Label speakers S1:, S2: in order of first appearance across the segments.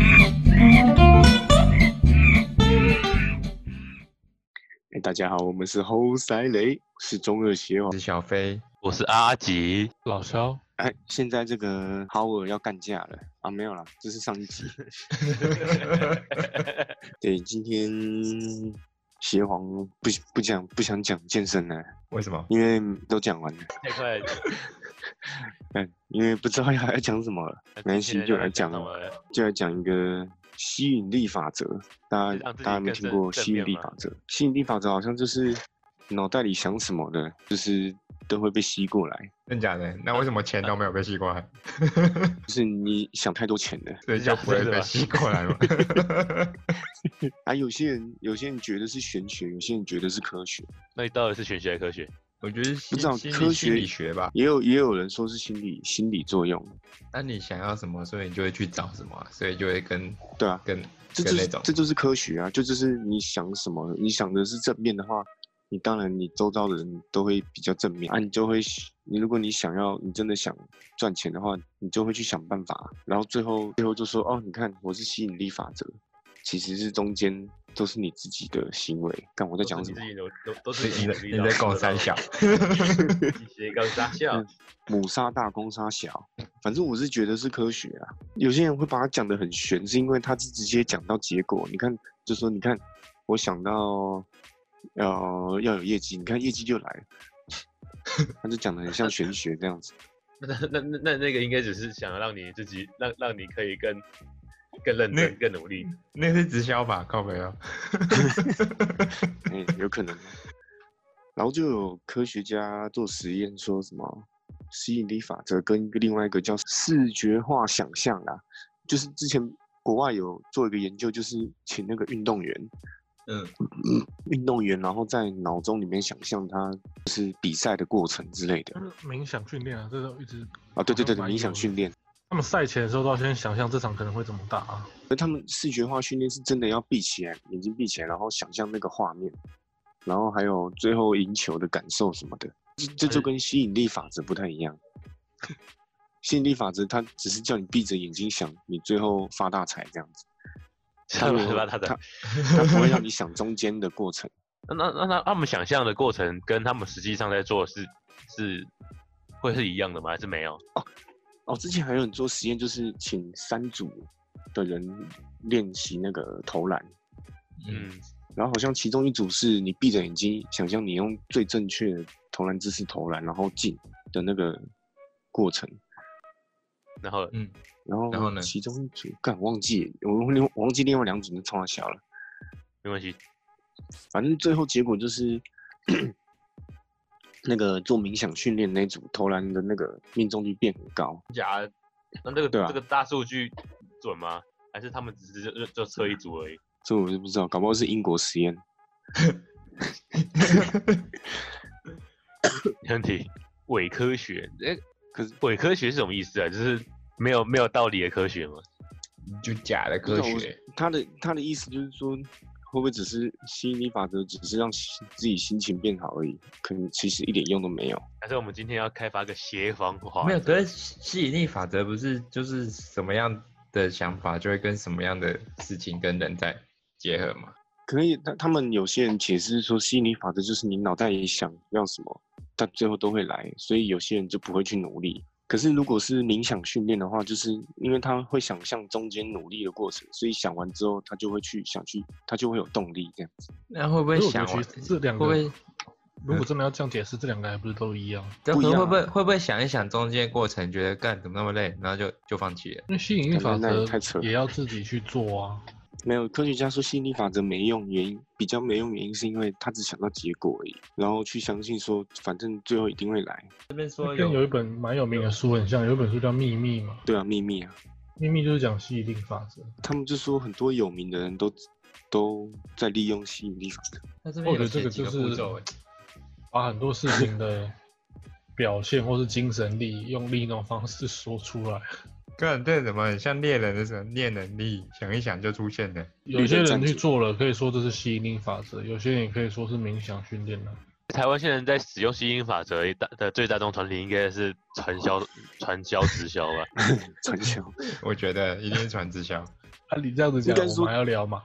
S1: 哎大家好，我们是猴塞雷，是中二邪王
S2: 我。是小 飞，
S3: 我是阿吉，
S4: 老 肖，
S1: 哎，现在这个 Howard 要干架了啊？没有啦，这是上一集。对，今天邪皇不不讲不想讲健身了，
S2: 为什么？
S1: 因为都讲完了，
S3: 太快了，
S1: 嗯，因为不知道要 要讲什么了， 没关系，就来讲
S3: 了
S1: 了。，就来讲一个吸引力法则。大家
S3: 让自己
S1: 大家有没有
S3: 更
S1: 听
S3: 正
S1: 过
S3: 正
S1: 吸引
S3: 面
S1: 力
S3: 吗
S1: 法则？吸引力法则好像就是脑袋里想什么的，就是都会被吸过来。
S2: 真假的？那为什么钱都没有被吸过来？
S1: 就是你想太多钱了
S2: 所以就不会被吸过来吗？
S1: 啊！有些人有些人觉得是玄学，有些人觉得是科学，
S3: 那你到底是玄学还是科学？
S2: 我觉得心
S1: 不知道
S2: 心理
S1: 科学
S2: 心理学吧。
S1: 也有也有人说是心理心理作用。
S2: 那你想要什么，所以你就会去找什么啊、所以就会跟
S1: 对啊
S2: 跟
S1: 这
S2: 跟
S1: 就
S2: 那
S1: 是
S2: 种
S1: 这就是科学啊！就就是你想什么，你想的是正面的话，你当然你周遭的人都会比较正面啊，你就会你如果你想要你真的想赚钱的话，你就会去想办法，啊然后最后最后就说哦，你看我是吸引力法则，其实是中间都是你自己的行为。看我在
S3: 都
S1: 讲
S3: 是
S1: 什么
S3: 你自？己的，都都是
S2: 你
S3: 你
S2: 的
S3: 的力
S2: 你
S3: 量
S2: 在搞三小，，
S3: 你斜杠三
S1: 嗯
S3: 笑，
S1: 母杀大，公杀小，反正我是觉得是科学啊。有些人会把它讲得很玄，是因为他是直接讲到结果。你看，就说你看，我想到，呃，要有业绩，你看业绩就来了， 他就讲得很像玄学这样子。
S3: 那那那那那个应该只是想要让你自己，让让你可以更更认
S2: 那
S3: 真、更努 力。
S2: 那是直销吧？靠没哦 有？
S1: 哎、有可能。然后就有科学家做实验，说什么吸引力法则跟另外一个叫视觉化想象啦，就是之前国外有做一个研究，就是请那个运动员，
S2: 嗯，
S1: 运动员，然后在脑中里面想象他就是比赛的过程之类的
S4: 就是冥想训练啊，这种一直
S1: 啊，对对对对，
S4: 好像蛮有
S1: 冥想
S4: 的
S1: 训练。
S4: 他们赛前的时候都要先想象这场可能会怎么打啊，
S1: 而他们视觉化训练是真的要闭起来，眼睛闭起来，然后想象那个画面，然后还有最后赢球的感受什么的，这这就跟吸引力法则不太一样。 吸引力法则它只是叫你闭着眼睛想，你最后发大财这样子，
S3: 他 们是吧？他的
S1: 他它不会让你想中间的过程。
S3: 那那那那他们想象的过程跟他们实际上在做的是是会是一样的吗？还是没有？
S2: 嗯
S1: 哦，之前还有人做实验，就是请三组的人练习那个投篮，
S2: 嗯，
S3: 嗯，
S1: 然后好像其中一组是你闭着眼睛，想象你用最正确的投篮姿势投篮，然后进的那个过程。
S3: 然后
S2: 嗯
S1: 然后，
S2: 然后呢
S1: 其中一组干忘记了，我忘我忘记另外两组的冲他小了。
S3: 没关系，
S1: 反正最后结果就是 那个做冥想训练那一组投篮的那个命中率变很高。
S3: 假，那这个
S1: 对啊
S3: 这个大数据准吗？还是他们只是就就就测一组而已？
S1: 这我就不知道，搞不好是英国实验。
S3: 问题，伪科学，哎、
S1: 可是
S3: 伪科学是什么意思啊？就是没有没有道理的科学吗？
S2: 就假的
S1: 不
S2: 科
S1: 是我
S2: 学。
S1: 他的他的意思就是说，会不会只是吸引力法则，只是让心自己心情变好而已？可能其实一点用都没有。
S3: 还是我们今天要开发个协防法？
S2: 没有，可是吸引力法则不是就是什么样的想法就会跟什么样的事情跟人在结合嘛？
S1: 可能也他他们有些人解释说，吸引力法则就是你脑袋里想要什么，它最后都会来，所以有些人就不会去努力。可是如果是冥想训练的话，就是因为他会想象中间努力的过程，所以想完之后他就会去想去，他就会有动力这样子。
S2: 那会不会
S4: 可是我
S2: 想
S4: 觉得
S2: 完？
S4: 其实这两
S2: 会不
S4: 个
S2: 会
S4: 如果真的要这样解释，这两个还不是都一样？
S2: 对，
S1: 不
S2: 可
S1: 一
S2: 能会
S1: 样
S2: 不啊会会不会想一想中间的过程，觉得干怎么那么累，然后就就放弃了？
S4: 因为吸引力法
S1: 感觉那
S4: 则
S1: 也太扯了
S4: 也要自己去做 啊。
S1: 没有科学家说吸引力法则没用，原因比较没用原因是因为他只想到结果而已，然后去相信说反正最后一定会来。
S2: 这边说
S4: 跟有
S2: 有
S4: 一本蛮有名的书很像，有一本书叫《秘密》嘛，
S1: 对啊，秘密啊。
S4: 《秘密》就是讲吸引力法则。
S1: 他们就说很多有名的人都都在利用吸引力法则。
S2: 那这边
S4: 我觉
S2: 有
S4: 得这
S2: 写
S4: 个
S2: 几
S4: 就
S2: 个
S4: 是
S2: 步骤欸，
S4: 把很多事情的表现或是精神力用另一种方式说出来。
S2: 干这怎么很像猎人的什么猎能力，想一想就出现了。
S4: 有些
S1: 战
S4: 人去
S1: 术
S4: 做了，可以说这是吸引力法则；有些人也可以说是冥想训练啊了。
S3: 台湾现在在使用吸引法则的的最大众团体应该是传销、传销直销吧？
S1: 传销，
S2: 我觉得一定是传直销。
S4: 啊，你这样子讲，
S1: 应该说
S4: 我们还要聊吗？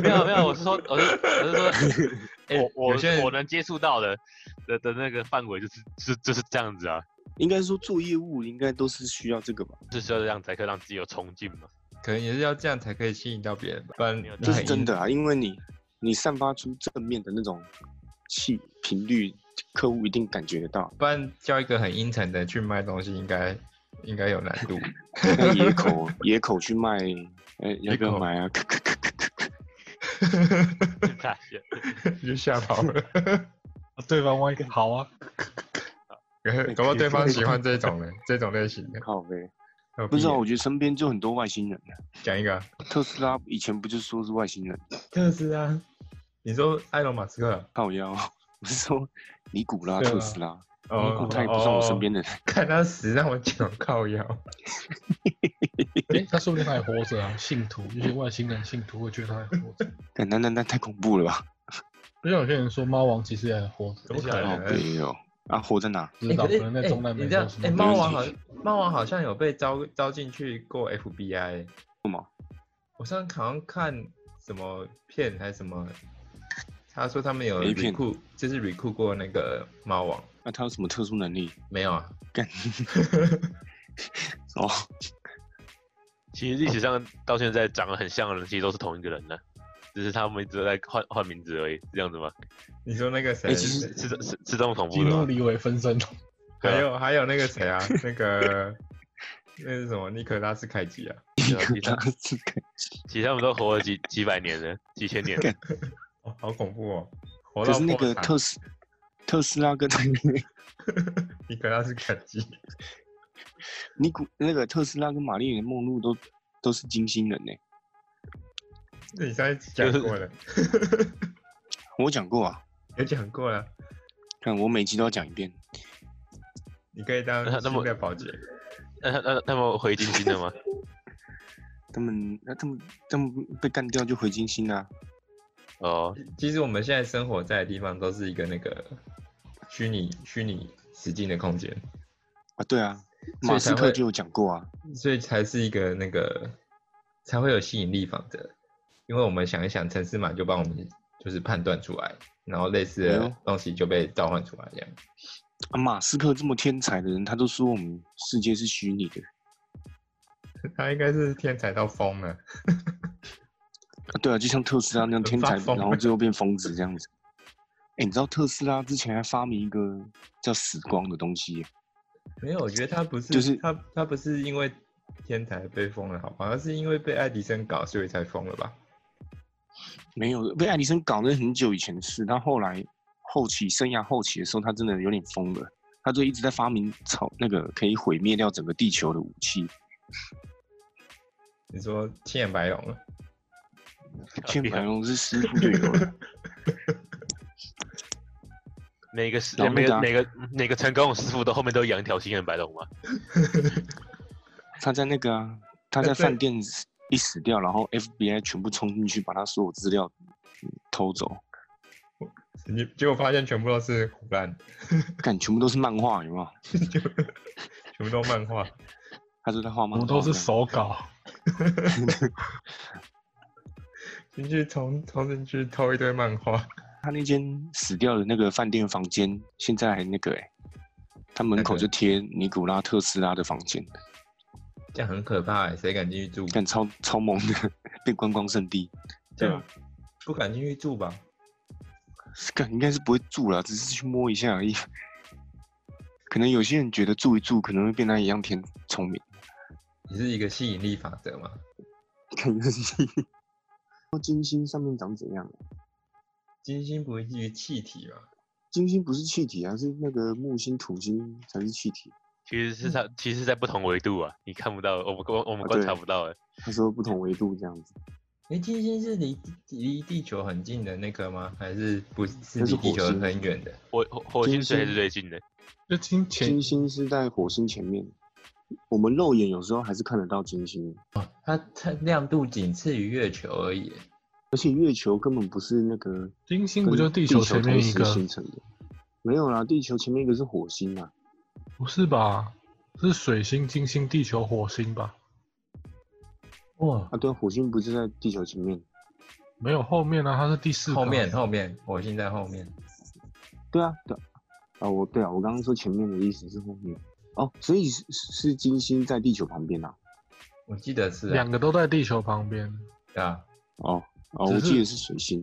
S3: 没有没有，我是说，我是我是说
S2: 哎，
S3: 我我
S2: 有些人
S3: 我能接触到的的的那个范围就是是就是这样子啊，
S1: 应该说做业务应该都是需要这个吧，
S3: 是需要这样才可以让自己有冲劲嘛。
S2: 可能也是要这样才可以吸引到别人吧，不然
S3: 没有
S1: 这是
S2: 你。
S1: 真的啊，因为你你散发出正面的那种气频率，客户一定感觉得到
S2: 不然叫一个很阴沉的去卖东西，应该应该有难度。
S1: 那野口野口去卖，哎、要不
S2: 野
S1: 要
S2: 口
S1: 买啊？ 咳咳咳咳咳
S3: 大学
S2: 你就吓跑了。
S4: 啊对方万一好啊，
S2: 搞不好对方喜欢这种人，这种类型的。
S1: 靠呗，
S2: 有
S1: 不
S2: 必
S1: 知道，
S2: 要
S1: 我觉得身边就很多外星人啊
S2: 讲一个啊，
S1: 特斯拉以前不就说是外星人？
S2: 特斯拉。你说埃隆马斯克啊？
S1: 靠腰，我是说尼古拉
S4: 对啊
S1: 特斯拉，
S2: 哦，
S1: 他也不算我身边
S2: 的。
S1: 的人。
S2: 看他死那么久，靠 腰。
S4: 诶，他说不定还活着啊，信徒，有些外星人信徒会觉得他还活着。
S1: 干 那那那太恐怖了吧？
S4: 就像有些人说猫王其实也还活着，
S2: 怎么可能
S1: 好悲哦！啊，活在哪？
S4: 不知道
S2: 欸可是
S4: 可能在中南
S2: 欸
S4: 美
S2: 你知道
S4: 洲什
S2: 欸
S4: 么
S2: 猫王好
S4: 东西
S2: 像猫王好像有被招招进去过 FBI，、欸、
S1: 什么？
S2: 我上次好像看什么片还是什么，他说他们有
S1: A 片
S2: recruit，就是 recruit 过那个猫王，
S1: 那、啊他有什么特殊能力？
S2: 没有啊？
S1: 干哦，
S3: 其实历史上到现在长得很像的人，其实都是同一个人呢、只是他们一直在换换名字而已，是这样子吗？
S2: 你说那个
S1: 欸
S2: 谁？
S1: 其实
S3: 是这是是这么恐怖
S4: 基
S3: 的
S4: 努
S3: 吗？啊
S4: 里维分身，
S2: 还有还有那个谁啊？ 那个那是什么？尼可拉斯凯奇啊？
S3: 对啊 其
S1: 他
S3: 他
S1: 是个
S3: 其实他们都活了几几百年了，几千年了。
S2: 哦，好恐怖哦！活
S1: 可
S2: 到
S1: 是那
S2: 破
S1: 个
S2: 产
S1: 特斯特斯拉跟
S2: 尼可拉斯凯奇，
S1: 尼古那个特斯拉跟玛丽莲梦露都都是金星人呢、
S2: 这你上一次讲
S3: 就 是
S2: 过了，
S1: 我讲过啊，
S2: 有讲过了，
S1: 看我每集都要讲一遍。
S2: 你可以当
S3: 那那么
S2: 新的保洁。
S3: 那那那么回金星的吗？
S1: 他们那他们他们被干掉就回金星啦、
S3: 哦，
S2: 其实我们现在生活在的地方都是一个那个虚拟虚拟实境的空间，
S1: 啊，对啊，
S2: 所以
S1: 马
S2: 才
S1: 斯克
S2: 会
S1: 就有讲过啊，
S2: 所以才是一个那个才会有吸引力法则。因为我们想一想，城市码就帮我们就是判断出来，然后类似
S1: 哎
S2: 的
S1: 呦
S2: 东西就被召唤出来，这样
S1: 啊马斯克这么天才的人，他都说我们世界是虚拟的，
S2: 他应该是天才到疯了。
S1: 啊对啊，就像特斯拉那样天才，
S2: 发疯
S1: 然后最后变疯子这样子。哎、你知道特斯拉之前还发明一个叫死光的东西耶、啊
S2: 没有，我觉得他不是，
S1: 就是
S2: 他他不是因为天才被疯了，好吧？他是因为被爱迪生搞，所以才疯了吧？
S1: 没有被爱迪生搞那很久以前的事，他后来后期生涯后期的时候，他真的有点疯了，他就一直在发明超那个可以毁灭掉整个地球的武器，
S2: 你说青眼白龙了，
S1: 千百龙是 师傅就有了。
S3: 每个师
S1: 然后
S3: 每
S1: 那个
S3: 个
S1: 啊
S3: 每个每个成功的师傅都后面都养一条新人白龙嘛？
S1: 他在那个啊，
S4: 哎
S1: 他在
S2: 对
S1: 饭店死一死掉，然后 FBI 全部冲进去把他所有资料嗯偷走，
S2: 你结果发现全部都是胡乱，
S1: 干全部都是漫画，有没有？
S2: 全部都漫画。
S1: 他就在画
S4: 我
S1: 漫画
S4: 们
S1: 这样，
S4: 都是手稿，
S2: 进去冲冲进去偷一堆漫画，
S1: 他那间死掉的那个饭店房间，现在还那个哎、他门口
S2: 那个
S1: 就贴尼古拉特斯拉的房间，
S2: 这样很可怕、欸，谁敢进去住？
S1: 干超超猛的，变观光圣地。
S2: 这样啊不敢进去住吧？
S1: 干应该是不会住了，只是去摸一下而已。可能有些人觉得住一住可能会变得一样天聪明。
S2: 也是一个吸引力法则嘛。
S1: 看运气。金星上面长怎样？啊
S2: 金星不会基于气体嘛？
S1: 金星不是气体啊，是那个木星、土星才是气体。
S3: 其实是它，其实在不同维度啊，你看不到，我们我我们
S1: 啊
S3: 观
S1: 对
S3: 察不到哎、
S1: 他说不同维度这样子，
S2: 哎、金星是离离地球很近的那个吗？还是不是是
S1: 那是
S2: 离地
S1: 火
S2: 球
S1: 星
S2: 很远的？
S3: 火火火
S1: 金
S3: 星水还是
S1: 星
S3: 最近的，
S4: 就金钱
S1: 金星是在火星前面，我们肉眼有时候还是看得到金星，
S2: 哦它它亮度仅次于月球而已。
S1: 而且月球根本不是那个
S4: 金星
S1: 跟
S4: 不就
S1: 地
S4: 地球前面
S1: 同
S4: 一
S1: 时
S4: 个？
S1: 形成的？没有啦，地球前面一个是火星啊，
S4: 不是吧？是水星、金星、地球、火星吧？哇，
S1: 啊，对啊，火星不是在地球前面？
S4: 没有后面啊，它是第四个
S2: 后面后面，火星在后面。
S1: 对啊，对啊，啊，我对啊，我刚刚说前面的意思是后面。哦，所以是是金星在地球旁边啊。
S2: 我记得是啊
S4: 两，个都在地球旁边，
S2: 对啊。
S1: 哦哦，
S4: 只
S1: 我
S4: 是
S1: 记得是水星。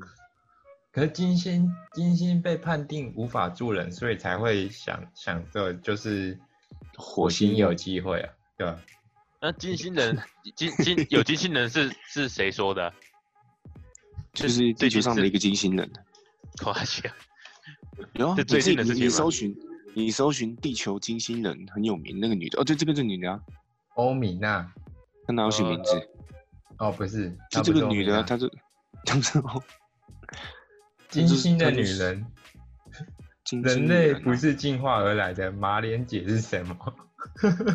S2: 可是金星金星被判定无法助人，所以才会想想着就是
S1: 火
S2: 星
S1: 星
S2: 有机会啊，对吧？
S3: 那金星人，金金有金星人是是谁说的啊？
S1: 就是地球上的一个金星人。
S3: 我去，
S1: 有啊，
S3: 这
S1: 你
S3: 最近的
S1: 自
S3: 事
S1: 己
S3: 情
S1: 你
S3: 吗
S1: 搜寻，你搜寻地球金星人很有名那个女的，哦，对，这个这个女的啊，
S2: 欧米娜
S1: 她哪有写名字？
S2: 哦，不是，
S1: 就
S2: 她
S1: 这
S2: 不是
S1: 个女的
S2: 欧
S1: 啊，
S2: 米娜
S1: 她就她是哦
S2: 金星的
S1: 她就
S2: 女
S1: 是
S2: 人，
S1: 金星
S2: 人
S1: 女
S2: 类
S1: 人啊
S2: 不是进化而来的，马莲姐是什么？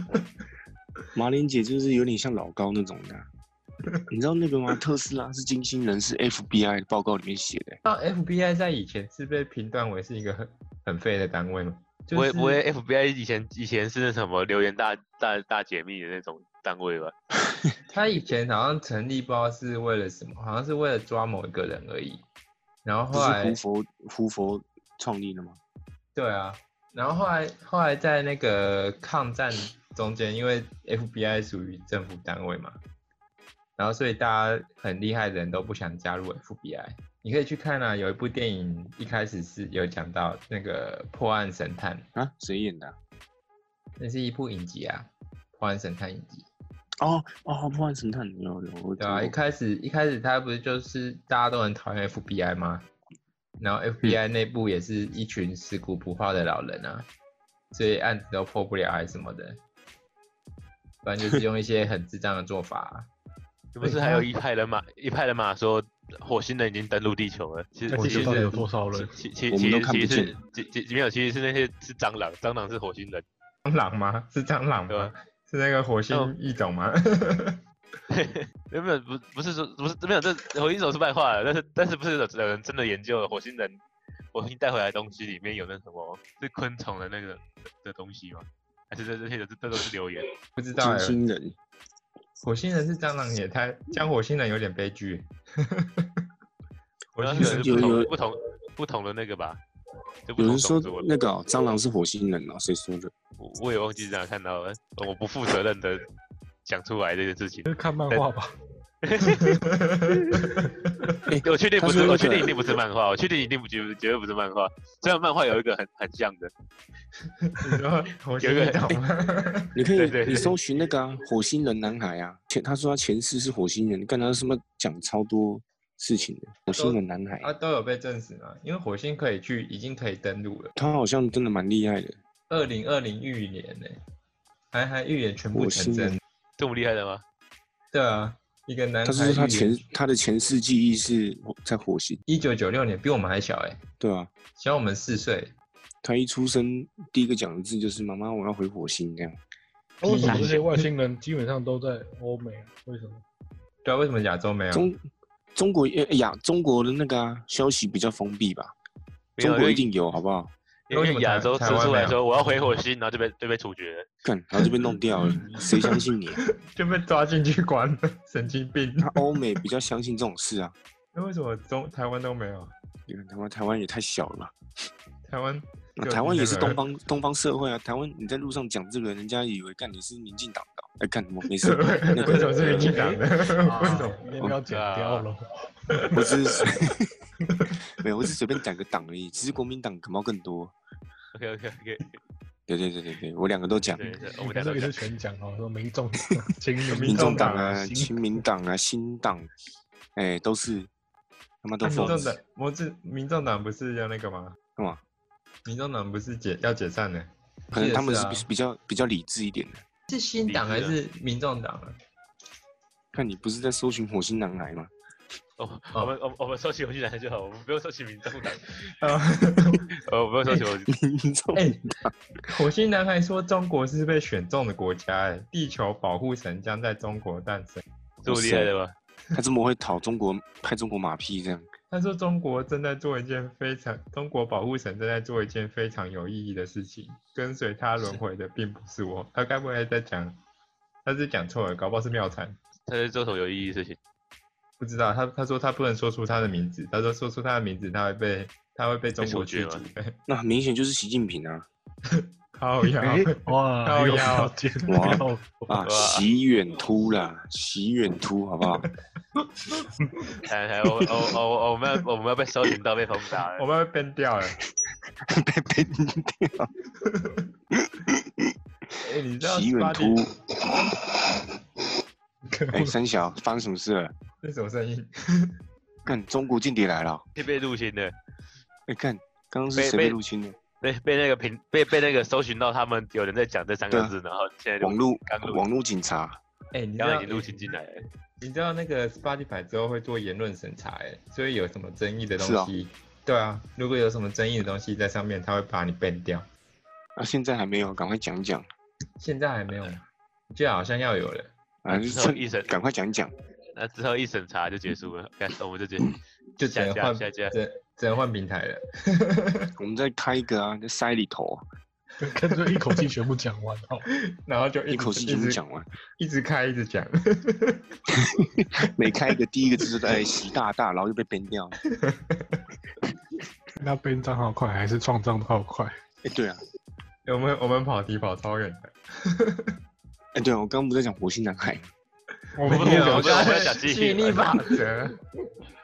S1: 马莲姐，就是有点像老高那种的啊。你知道那个吗？特斯拉是金星人，是 FBI 的报告里面写的欸。
S2: 那 FBI 在以前是被评断为是一个很很废的单位吗？就
S3: 不会
S2: 是
S3: 不会，FBI 以前以前是那什么留言大大大解密的那种单位吧？
S2: 他以前好像成立，不知道是为了什么，好像是为了抓某一个人而已。然后
S1: 不
S2: 后
S1: 是
S2: 来
S1: 胡，佛胡佛创立的吗？
S2: 对啊，然后后来后来在那个抗战中间，因为 FBI 属于政府单位嘛，然后所以大家很厉害的人都不想加入 FBI。你可以去看啊，有一部电影一开始是有讲到那个破案神探，
S1: 啊，谁演的啊、
S2: 那是一部影集啊，破案神探影集。
S1: 哦哦，破案神探有有，我
S2: 对啊，
S3: 嗯
S2: 一
S1: 听过
S2: 开始一开始他不是就是大家都很讨厌 FBI 吗？然后
S3: 嗯
S2: FBI 内部也是一群死骨不化的老人啊，所以案子都破不了还是什么的，不然就是用一些很智障的做法啊、
S3: 你不是还有一派人马一派人马说火星人已经登陆地球了？其实
S4: 那
S3: 其
S4: 地
S3: 实
S4: 球到底有多少人？
S3: 其其
S1: 我
S3: 其
S1: 们都
S3: 实
S1: 看
S3: 其
S1: 不
S3: 实
S1: 见
S3: 其其其没有，其实是那些是蟑螂，蟑螂是火星人，
S2: 蟑螂吗？是蟑螂
S3: 对
S2: 吗
S3: 吧？
S2: 是那个火
S3: 哦
S2: 星异种吗？
S3: 没有没有不不是说不是没有这火星手是外话的，但是但是不是有有人真的研究了火星人火星带回来的东西里面有那什么是昆虫的那个的的东西吗？还是这这些这这都是留言？
S2: 不知道、
S1: 金
S2: 欸，
S1: 星人，
S2: 火星人是蟑螂也太，这样火星人有点悲剧。 火星
S3: 可能
S2: 人
S3: 是不
S1: 有
S3: 同
S1: 有
S3: 不同不同的那个吧，就不
S1: 有
S3: 同
S1: 人说
S3: 种族了。
S1: 那个、哦、蟑螂是火星人哦，谁说的？
S3: 我我也忘记在哪看到了，我不负责任的讲出来这件事情
S4: 就。是看漫画吧。
S3: 我确定不
S1: 他说
S3: 是，
S1: 那
S3: 我确
S1: 个
S3: 定一定不是漫画，我确定一定不绝绝对不是漫画。虽然漫画有一个很很像的，
S2: 你说火星
S3: 有一
S2: 异
S3: 个
S2: 种吗？
S1: 你可以
S3: 对对对
S1: 你搜寻那个啊，火星人男孩啊，前他说他前世是火星人，干他什么讲超多事情的，火星人男孩，
S2: 啊，都有被证实嘛？因为火星可以去，已经可以登陆了。
S1: 他好像真的蛮厉害的。
S2: 二零二零预言呢、还还预言全部
S1: 火
S2: 成
S1: 星
S2: 真
S1: 人。
S3: 这么厉害的吗？
S2: 对啊，一个男
S1: 他
S2: 孩
S1: 说他
S2: 预
S1: 前
S2: 言，
S1: 他的前世记忆是在火星，
S2: 一九九六年比我们还小哎、
S1: 对啊，
S2: 小我们四岁。
S1: 他一出生第一个讲的字就是妈妈我要回火星这样，
S4: 那为什么这些外星人基本上都在欧美啊？为什么？
S2: 对啊，为什么亚洲没有？
S1: 中中国呃哎呀中国的那个啊消息比较封闭吧，
S3: 没有
S1: 中国一
S3: 因为
S1: 定有好不好？
S3: 因为亚洲
S2: 台
S3: 说出
S2: 湾没
S3: 来
S2: 有
S3: 说我要回火星，然后就被就被处决了。
S1: 看然后就被弄掉了， 谁相信你啊？
S2: 就被抓进去关了，神经病。
S1: 他欧美比较相信这种事啊，
S2: 那为什么中台湾都没有？
S1: 你看他妈台湾也太小了吧。
S2: 台湾
S1: 那
S2: 就
S1: 台
S2: 有
S1: 湾
S2: 一
S1: 也
S2: 个
S1: 是
S2: 人，
S1: 东方东方社会啊，台湾你在路上讲这个，人家以为干你是民进党的哦，哎干我没事
S2: 为
S1: 那
S2: 什
S1: 个
S2: 么是民进党的？ 为什么？
S4: 啊
S2: 哦啊
S4: 你不要剪掉了。哦
S1: 我只是 没有，我只是随便讲个党而已，其实国民党感冒更多。
S3: OK OK OK，
S1: 对对对对对，我两个都讲，
S3: 对对，我们
S4: 你
S3: 俩都
S4: 这个是
S3: 讲
S4: 全讲哦，说民 众、亲
S1: 民
S2: 民
S1: 众
S2: 众
S1: 党
S2: 党
S1: 啊、
S4: 新
S1: 亲民党啊、新党，哎都是他妈都
S2: 啊民
S1: 疯
S2: 众
S1: 子
S2: 党，我这民众党不是要那个吗？
S1: 干嘛？
S2: 民众党不是解要解散呢？
S1: 可能他们是
S2: 啊
S1: 比比较比较理智一点的。
S2: 是新党还是民众党啊？
S1: 看你不是在搜寻火星男孩 吗？
S3: 哦，我们我们我们收起火星人就好，我们不用收起民众党，
S2: 啊，
S3: 呃，不用收起 火星。
S1: 民众
S2: 哎，火星男孩说中国是被选中的国家，哎，地球保护神将在中国诞生。
S3: 这么厉害的吗？
S1: 他这么会讨中国拍中国马屁这样，
S2: 他说中国正在做一件非常，中国保护神正在做一件非常有意义的事情，跟随他轮回的并不是我。他该不会在讲，他是讲错了，搞不好是妙禅。
S3: 他在做什么有意义的事情？
S2: 不知道他他说他不能说出他的名字，他说说出他的名字他会被他会被中国
S3: 处决
S2: 拒
S3: 吗
S2: 绝。
S1: 那很明显就是习近平啊！
S2: 靠呀！
S4: 哇，
S2: 哎靠
S4: 有
S2: 腰
S4: 标签，
S1: 哎 哇
S4: 有
S1: 啊，
S3: 哇
S1: 习远突啦，习远突，好不 好？
S3: 哎哎，我我我我们要我们要被搜寻到被封杀
S2: 我
S3: 了。
S2: 们会变掉了。
S1: 被被
S2: 哎、你知道
S1: 习远
S2: 八
S1: 突
S2: 点，
S1: 哎、三小发生什么事了？
S2: 那什么声音？
S1: 看中国间谍来了！
S3: 被被入侵的，
S1: 哎、看刚刚是
S3: 被
S1: 谁被
S3: 被
S1: 入侵的？
S3: 被被那个平被被那个搜寻到他们有人在讲这三个
S1: 对啊
S3: 字，然后现在就
S1: 网络
S3: 刚入
S1: 网络警察，
S2: 哎、你知
S3: 刚刚
S2: 道
S3: 已经入侵进来了。
S2: 你知道那个 Spotify 之后会做言论审查、哎，所以有什么争议的
S1: 是哦
S2: 东西，对啊，如果有什么争议的东西在上面，他会把你 ban 掉。
S1: 啊，现在还没有，赶快讲讲，
S2: 现在还没
S3: 哎
S2: 有吗，我记得好像要有了，
S1: 啊，就
S3: 之后
S1: 趁
S3: 一审，
S1: 赶快讲讲，
S3: 那之后一审查就结束了，干我们就结
S2: 就只
S3: 下
S2: 能
S3: 架
S2: 换
S3: 下架。
S2: 只只能换平台了。
S1: 我们再开一个啊，在塞里头，
S4: 干脆一口气全部讲完哦。
S2: 然后就一直
S1: 一口气全部讲完，
S2: 一直，一直开一直讲。
S1: 每开一个第一个字就是哎习大大，然后又被编掉。
S4: 那编账号快还是创账号快？
S1: 哎、对啊，
S2: 我们我们跑题跑超远的，
S1: 哎、对啊，我刚刚不是在讲火星男孩吗
S4: 我
S3: 们没有
S4: 我
S3: 我
S4: 们
S3: 们要讲
S2: 吸
S3: 吸
S2: 引
S3: 引
S2: 力
S3: 力
S2: 法
S3: 法
S2: 则。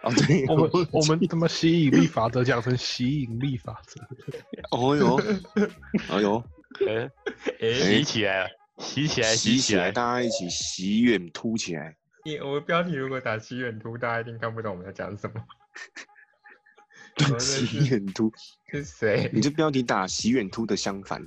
S1: 哦，对，
S4: 我们我们他妈吸引力法则讲成吸引力法则，
S1: 哦哟，哦哟，
S3: 呃，
S2: 哎、
S3: 洗起来了，洗起来，
S1: 洗
S3: 洗
S1: 起
S3: 起
S1: 来，
S3: 来。
S1: 大家一起洗远凸起来。
S2: 你我们标题如果打七远图，大家一定看不懂我们在讲什 么。我 们
S1: 洗
S2: 是
S1: 远凸，
S2: 是谁
S1: 你？这标题打“洗远凸”的相反，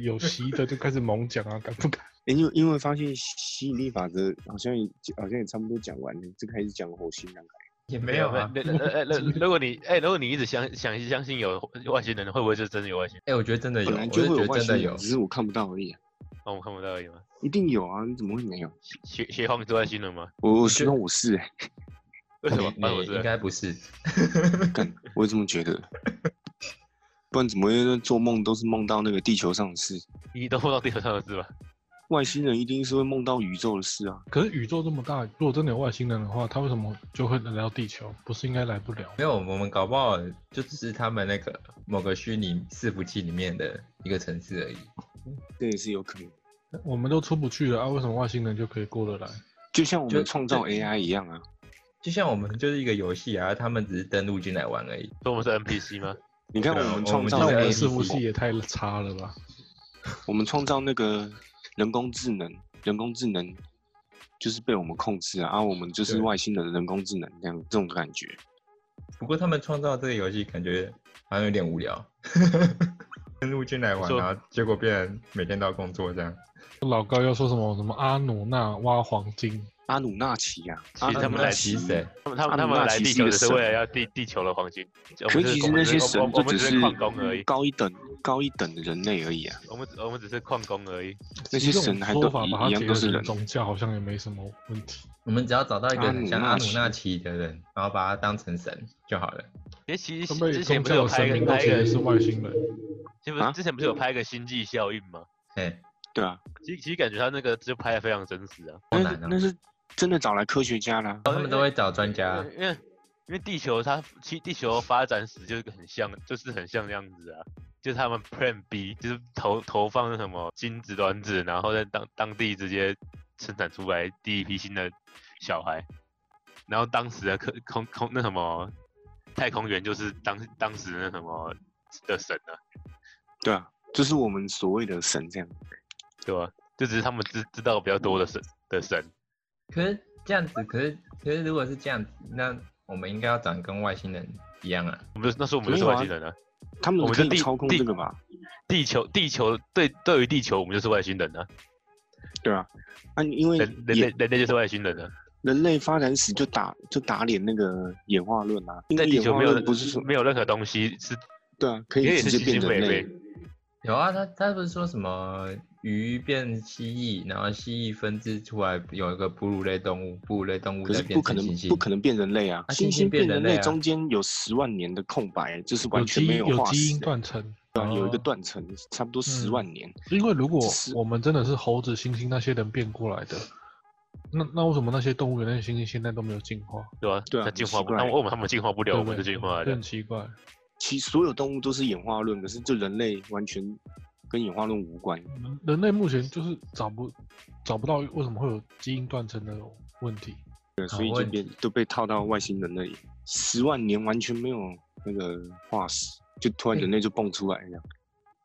S4: 有吸的就开始猛讲啊，敢不敢？
S1: 诶因为因为发现吸引力法则好像也好像也差不多讲完了，就开始讲火星男孩。
S2: 也没有啊。
S3: 那那那那那如果你哎，如果你一直相相信相信有外星人，会不会就真的有外星人？
S2: 哎、我觉得真的有，
S1: 本来
S2: 我
S1: 就是会
S2: 觉
S1: 有
S2: 得
S1: 外
S2: 真
S1: 星
S2: 的
S1: 人，
S2: 有。
S1: 只是我看不到而已啊、
S3: 哦，我们看不到而已吗？
S1: 一定有啊，你怎么会没有？
S3: 邪邪皇是外星人吗？
S1: 我我
S2: 觉
S1: 希
S2: 得
S1: 望我是、欸，
S3: 为什么？
S2: 你
S1: 啊
S3: 发生什么
S2: 你应
S3: 事？
S2: 该不是。
S1: 干，我也这么觉 得。不然怎么会做梦都是梦到那个地球上的事？
S3: 你都碰到地球上的事吧？
S1: 外星人一定是会梦到宇宙的事啊！
S4: 可是宇宙这么大，如果真的有外星人的话，他为什么就会来到地球？不是应该来不了？
S2: 没有，我们搞不好就只是他们那个某个虚拟伺服器里面的一个城市而已。
S1: 这也是有可能，
S4: 我们都出不去了啊，为什么外星人就可以过得来？
S1: 就像我
S2: 就
S1: 们创造
S2: 对
S1: AI 一样啊。
S2: 就像我们就是一个游戏啊，他们只是登录进来玩而已。
S3: 说我们是 NPC 吗？
S1: 你看
S2: 对啊
S1: 我们
S2: 我
S1: 创
S2: 们
S1: 造
S4: 那我
S2: 现
S4: 们
S2: 在
S4: 的
S2: APP
S4: 伺服器也太差了吧？
S1: 我们创造那个人工智能，人工智能就是被我们控制啊，啊我们就是
S2: 对
S1: 外星人的人工智能这样这种感觉。
S2: 不过他们创造这个游戏感觉好像有点无聊，登录进来玩，
S3: 错
S2: 然后结果变成每天都要工作这样。
S4: 老高要说什么什么阿努纳挖黄金，
S1: 阿努纳奇呀、
S3: 其实
S1: 啊，
S3: 他们来
S2: 其谁？
S3: 他们他
S1: 阿
S3: 们
S1: 努
S3: 他们
S1: 纳
S3: 来
S1: 奇是
S3: 地
S1: 一
S3: 球
S1: 个
S3: 只是为
S1: 神
S3: 了要地地球的黄金。我
S1: 可
S3: 们
S1: 是其
S3: 是
S1: 实
S3: 我
S1: 那些神就只
S3: 们是我们我们只
S1: 是嗯
S3: 是矿工而已，
S1: 高一等高一等的人类而已啊，
S3: 我们只我们只是矿工而已。
S1: 那
S4: 其
S1: 些
S4: 实这种
S1: 神还都
S4: 说法把
S1: 一一
S4: 它
S1: 样
S4: 结
S1: 都
S4: 合
S1: 是
S4: 成
S1: 人。
S4: 宗教，好像也没什么问题。
S2: 我们只要找到一个很像
S1: 阿
S2: 阿
S1: 努
S2: 努
S1: 纳
S2: 纳奇的人，然后把他当成神就好了。
S3: 哎，其
S4: 他
S3: 实
S4: 们
S3: 之前
S4: 宗
S3: 不是
S4: 教
S3: 有
S4: 的
S3: 拍
S4: 神
S3: 一
S4: 明
S3: 个
S4: 都
S3: 拍一
S4: 其
S3: 个
S4: 实是外星人，
S3: 其实不是
S1: 啊
S3: 之前不是有拍一个《星际效应》吗？
S2: 哎，
S1: 对啊，
S3: 其实其实感觉他那个就拍的非常真实啊，
S2: 好
S1: 那
S2: 难
S1: 是
S2: 哦
S1: 那是呃真的找来科学家啦。
S2: 他们都会找专
S1: 啊
S2: 家啊
S3: 因为因为因为地球它其实地球发展史就是很像，就是很像那样子啊，就是他们 Plan B 就是投投放什么精子卵子，然后在当当地直接生产出来第一批新的小孩，然后当时的科空空那什么太空员就是当当时那什么的神啊，
S1: 对啊，就是我们所谓的神这样。
S3: 对吧？就只是他们知知道比较多的神的神，
S2: 可是这样子，可是可是如果是这样子，那我们应该要长得跟外星人一样啊。
S3: 我们就那时候我们
S1: 没
S3: 就是
S1: 有
S3: 外
S1: 啊
S3: 星人啊。
S1: 他们
S3: 我们
S1: 可
S3: 是
S1: 以
S3: 地
S1: 操控
S3: 地
S1: 这个吧？
S3: 地球，地球对对于地球，我们就是外星人啊，
S1: 对啊，啊，因为
S3: 人人
S1: 也
S3: 类人类就是外星人啊，
S1: 人类发展史就打就打脸那个演化论啊，因
S3: 在
S1: 为
S3: 地
S1: 演
S3: 球
S1: 化
S3: 没有
S1: 论
S3: 任
S1: 不是说
S3: 没有任何东西是，
S1: 对啊，可
S3: 因为
S1: 以
S3: 也
S1: 直
S3: 是
S1: 接
S3: 猩
S1: 变
S3: 猩
S1: 人
S3: 贝
S1: 类
S3: 贝，，
S2: 有啊，他他不是说什么鱼变蜥蜴，然后蜥蜴分支出来有一个哺乳类动物，哺乳类动物
S1: 可
S2: 再
S1: 是
S2: 变
S1: 不可
S2: 成
S1: 能
S2: 猩猩，
S1: 不可能变人类啊！
S2: 啊
S1: 猩
S2: 猩猩
S1: 猩
S2: 变
S1: 变人
S2: 人
S1: 类
S2: 类啊
S1: 中间有十万年的空白，就是完
S4: 有
S1: 全
S4: 基
S1: 没
S4: 因
S1: 化
S4: 基因
S1: 石的，
S4: 断层。
S1: 对啊，有一个
S4: 哦
S1: 断层，差
S3: 嗯
S1: 不多十万年。
S4: 因为如果
S1: 只是
S4: 我们真的是猴子、猩猩那些人变过来的，那那为什么那些动物园那些猩猩现在都没有进化？
S3: 对吧？
S1: 对啊
S3: 它进化不，
S1: 很奇怪
S3: 那我们他们进化不
S4: 对
S3: 了，我们就
S4: 不对
S3: 进化
S4: 这
S3: 了
S4: 很。奇怪。
S1: 其所有动物都是演化论，可是就人类完全跟演化论无关。
S4: 人人类目前就是找不找不到为什么会有基因断层的问题。
S1: 对，所以
S2: 问
S1: 就变都被套到外星人那里，十万年完全没有那个化石，就突然人类就蹦出来一样，